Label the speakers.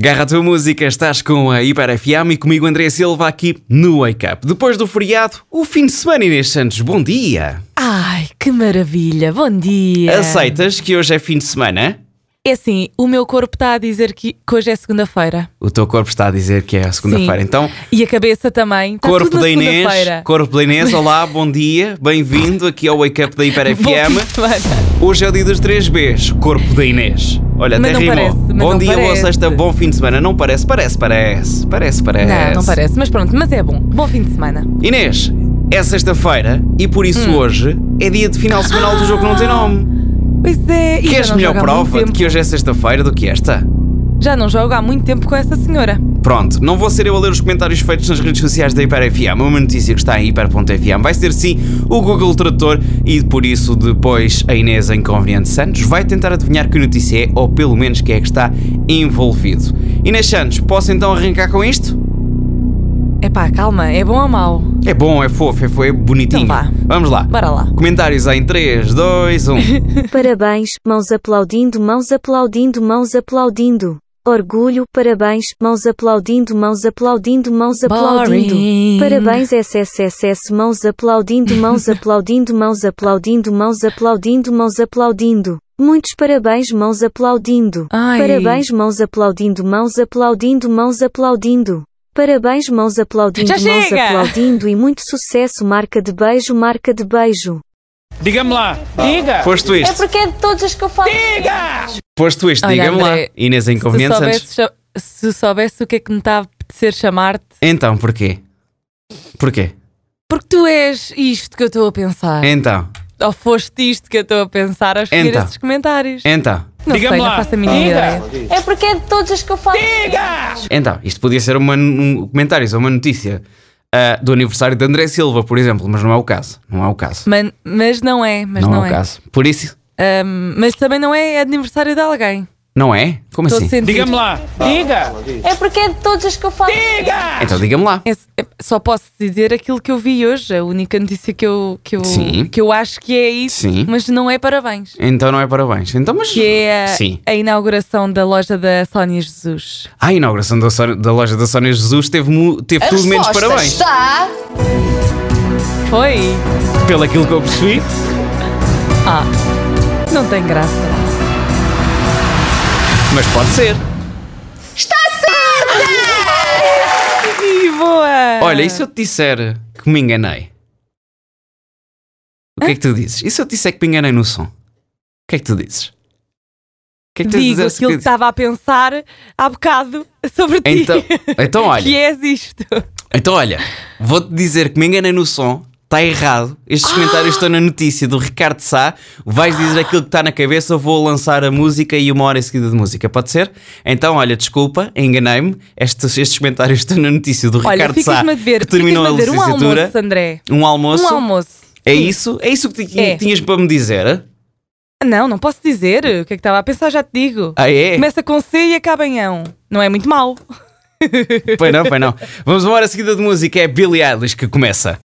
Speaker 1: Garra a tua música, estás com a Hiper FM e comigo André Silva aqui no Wake Up. Depois do feriado, o fim de semana, Inês Santos, bom dia!
Speaker 2: Ai, que maravilha! Bom dia!
Speaker 1: Aceitas que hoje é fim de semana?
Speaker 2: É assim, o meu corpo está a dizer que, que hoje é segunda-feira.
Speaker 1: O teu corpo está a dizer que é a segunda-feira,
Speaker 2: Sim.
Speaker 1: então...
Speaker 2: E a cabeça também. Está
Speaker 1: Corpo
Speaker 2: tudo na
Speaker 1: da Inês,
Speaker 2: segunda-feira.
Speaker 1: Corpo da Inês, olá, bom dia, bem-vindo aqui ao Wake Up da Hiper
Speaker 2: Bom fim de
Speaker 1: FM.
Speaker 2: semana.
Speaker 1: Hoje é o dia dos 3 Bs, Corpo da Inês. Olha, até
Speaker 2: Mas não
Speaker 1: rimou.
Speaker 2: parece, mas
Speaker 1: bom
Speaker 2: não
Speaker 1: dia, boa
Speaker 2: parece.
Speaker 1: sexta, bom fim de semana. Não parece, parece, parece, parece, parece.
Speaker 2: Não, não parece, mas pronto, mas é bom. Bom fim de semana.
Speaker 1: Inês, é sexta-feira e por isso
Speaker 2: Hum.
Speaker 1: hoje é dia de final semanal do jogo que não tem nome.
Speaker 2: Pois é, Ah! e
Speaker 1: Queres
Speaker 2: já não
Speaker 1: melhor
Speaker 2: jogo há muito
Speaker 1: prova de
Speaker 2: tempo.
Speaker 1: que hoje é sexta-feira do que esta?
Speaker 2: Já não jogo há muito tempo com essa senhora.
Speaker 1: Pronto, não vou ser eu a ler os comentários feitos nas redes sociais da Hiper FM. Uma notícia que está em hiper.fm vai ser sim o Google Tradutor e por isso depois a Inês a Inconveniente Santos vai tentar adivinhar que notícia é ou pelo menos quem é que está envolvido. Inês Santos, posso então arrancar com isto?
Speaker 2: Epá, calma, é bom ou mau?
Speaker 1: É bom, é fofo, é, fo- é bonitinho.
Speaker 2: Então vá.
Speaker 1: Vamos lá.
Speaker 2: Bora lá.
Speaker 1: Comentários em um. 3, 2, 1.
Speaker 3: Parabéns, mãos aplaudindo, mãos aplaudindo, mãos aplaudindo. Orgulho, parabéns, mãos aplaudindo, mãos aplaudindo, mãos aplaudindo.
Speaker 2: Boring.
Speaker 3: Parabéns, SSSS, mãos aplaudindo, mãos aplaudindo, mãos aplaudindo, mãos aplaudindo, mãos aplaudindo. Muitos parabéns, mãos aplaudindo.
Speaker 2: Ai.
Speaker 3: Parabéns, mãos aplaudindo, mãos aplaudindo, mãos aplaudindo. Parabéns, mãos aplaudindo,
Speaker 2: Já
Speaker 3: mãos
Speaker 2: chega!
Speaker 3: aplaudindo e muito sucesso, marca de beijo, marca de beijo.
Speaker 4: Diga-me lá. Diga.
Speaker 1: Posto isto.
Speaker 5: Porque é de todos as que eu falo.
Speaker 1: Posto isto,
Speaker 2: Olha,
Speaker 1: diga-me lá.
Speaker 2: André,
Speaker 1: Inês
Speaker 2: Se
Speaker 1: Inconveniente Santos.
Speaker 2: soubesse, cha- se soubesse o que é que me está a apetecer chamar-te,
Speaker 1: Então, porquê? Porquê?
Speaker 2: porque tu és isto que eu estou a pensar.
Speaker 1: Então,
Speaker 2: Ou foste isto que eu estou a pensar a escolher
Speaker 1: Então.
Speaker 2: esses comentários.
Speaker 1: então,
Speaker 2: Não
Speaker 4: Diga-me
Speaker 2: sei, não
Speaker 4: lá.
Speaker 2: faço a mínima
Speaker 4: Diga.
Speaker 2: ideia.
Speaker 5: É porque é de todas as que eu falo.
Speaker 1: então. Isto podia ser uma, um comentário ou uma notícia ah, do aniversário de André Silva, por exemplo, mas não é o caso. Não é o caso.
Speaker 2: Man- mas não é, mas
Speaker 1: não,
Speaker 2: não,
Speaker 1: é
Speaker 2: é.
Speaker 1: o caso. Por isso,
Speaker 2: Ahm, mas também não é aniversário de alguém.
Speaker 1: não é? Como
Speaker 2: Estou
Speaker 1: assim?
Speaker 2: a sentir.
Speaker 4: Diga-me lá. Diga.
Speaker 5: É porque é de todas as que eu falo.
Speaker 1: Então, diga-me lá.
Speaker 2: É- é- só posso dizer aquilo que eu vi hoje, a única notícia que eu, que eu,
Speaker 1: Sim.
Speaker 2: que eu acho que é isso,
Speaker 1: Sim.
Speaker 2: mas não é parabéns.
Speaker 1: Então não é parabéns. Então, mas.
Speaker 2: Que é a,
Speaker 1: Sim.
Speaker 2: a inauguração da loja da Sónia Jesus.
Speaker 1: A inauguração da, Só- da loja da Sónia Jesus teve, mu- teve tudo menos parabéns.
Speaker 5: está...
Speaker 2: Foi?
Speaker 1: Pelo aquilo que eu percebi.
Speaker 2: Ah, não tem graça.
Speaker 1: Mas pode ser.
Speaker 2: E boa!
Speaker 1: Olha, e se eu te disser que me enganei? O que é que tu dizes? E se eu te disser que me enganei no som? O que é que tu dizes? O que é que tens a
Speaker 2: Digo
Speaker 1: dizer
Speaker 2: aquilo que
Speaker 1: sobre isso?
Speaker 2: estava a pensar há bocado sobre ti.
Speaker 1: Então, então
Speaker 2: que é.
Speaker 1: olha,
Speaker 2: és isto.
Speaker 1: então olha, vou-te dizer que me enganei no som, está errado. Estes
Speaker 2: Ah!
Speaker 1: comentários estão na notícia do Ricardo Sá. Vais dizer aquilo que está na cabeça, eu vou lançar a música e uma hora em seguida de música, pode ser? Então, olha, desculpa, enganei-me. Estes, estes comentários estão na notícia do
Speaker 2: Olha,
Speaker 1: Ricardo Sá.
Speaker 2: ficas-me a dever,
Speaker 1: que terminou
Speaker 2: ficas-me a dever
Speaker 1: a
Speaker 2: um
Speaker 1: licenciatura.
Speaker 2: almoço, André.
Speaker 1: Um almoço.
Speaker 2: Um almoço.
Speaker 1: É isso? É isso que ti-
Speaker 2: É.
Speaker 1: tinhas para me dizer?
Speaker 2: Não, não posso dizer. O que é que estava a pensar? Já te digo.
Speaker 1: Ah, é?
Speaker 2: Começa com C e acaba em ão. Não é muito mau.
Speaker 1: Foi não, foi não. Vamos embora a seguida de música. É Billie Eilish que começa.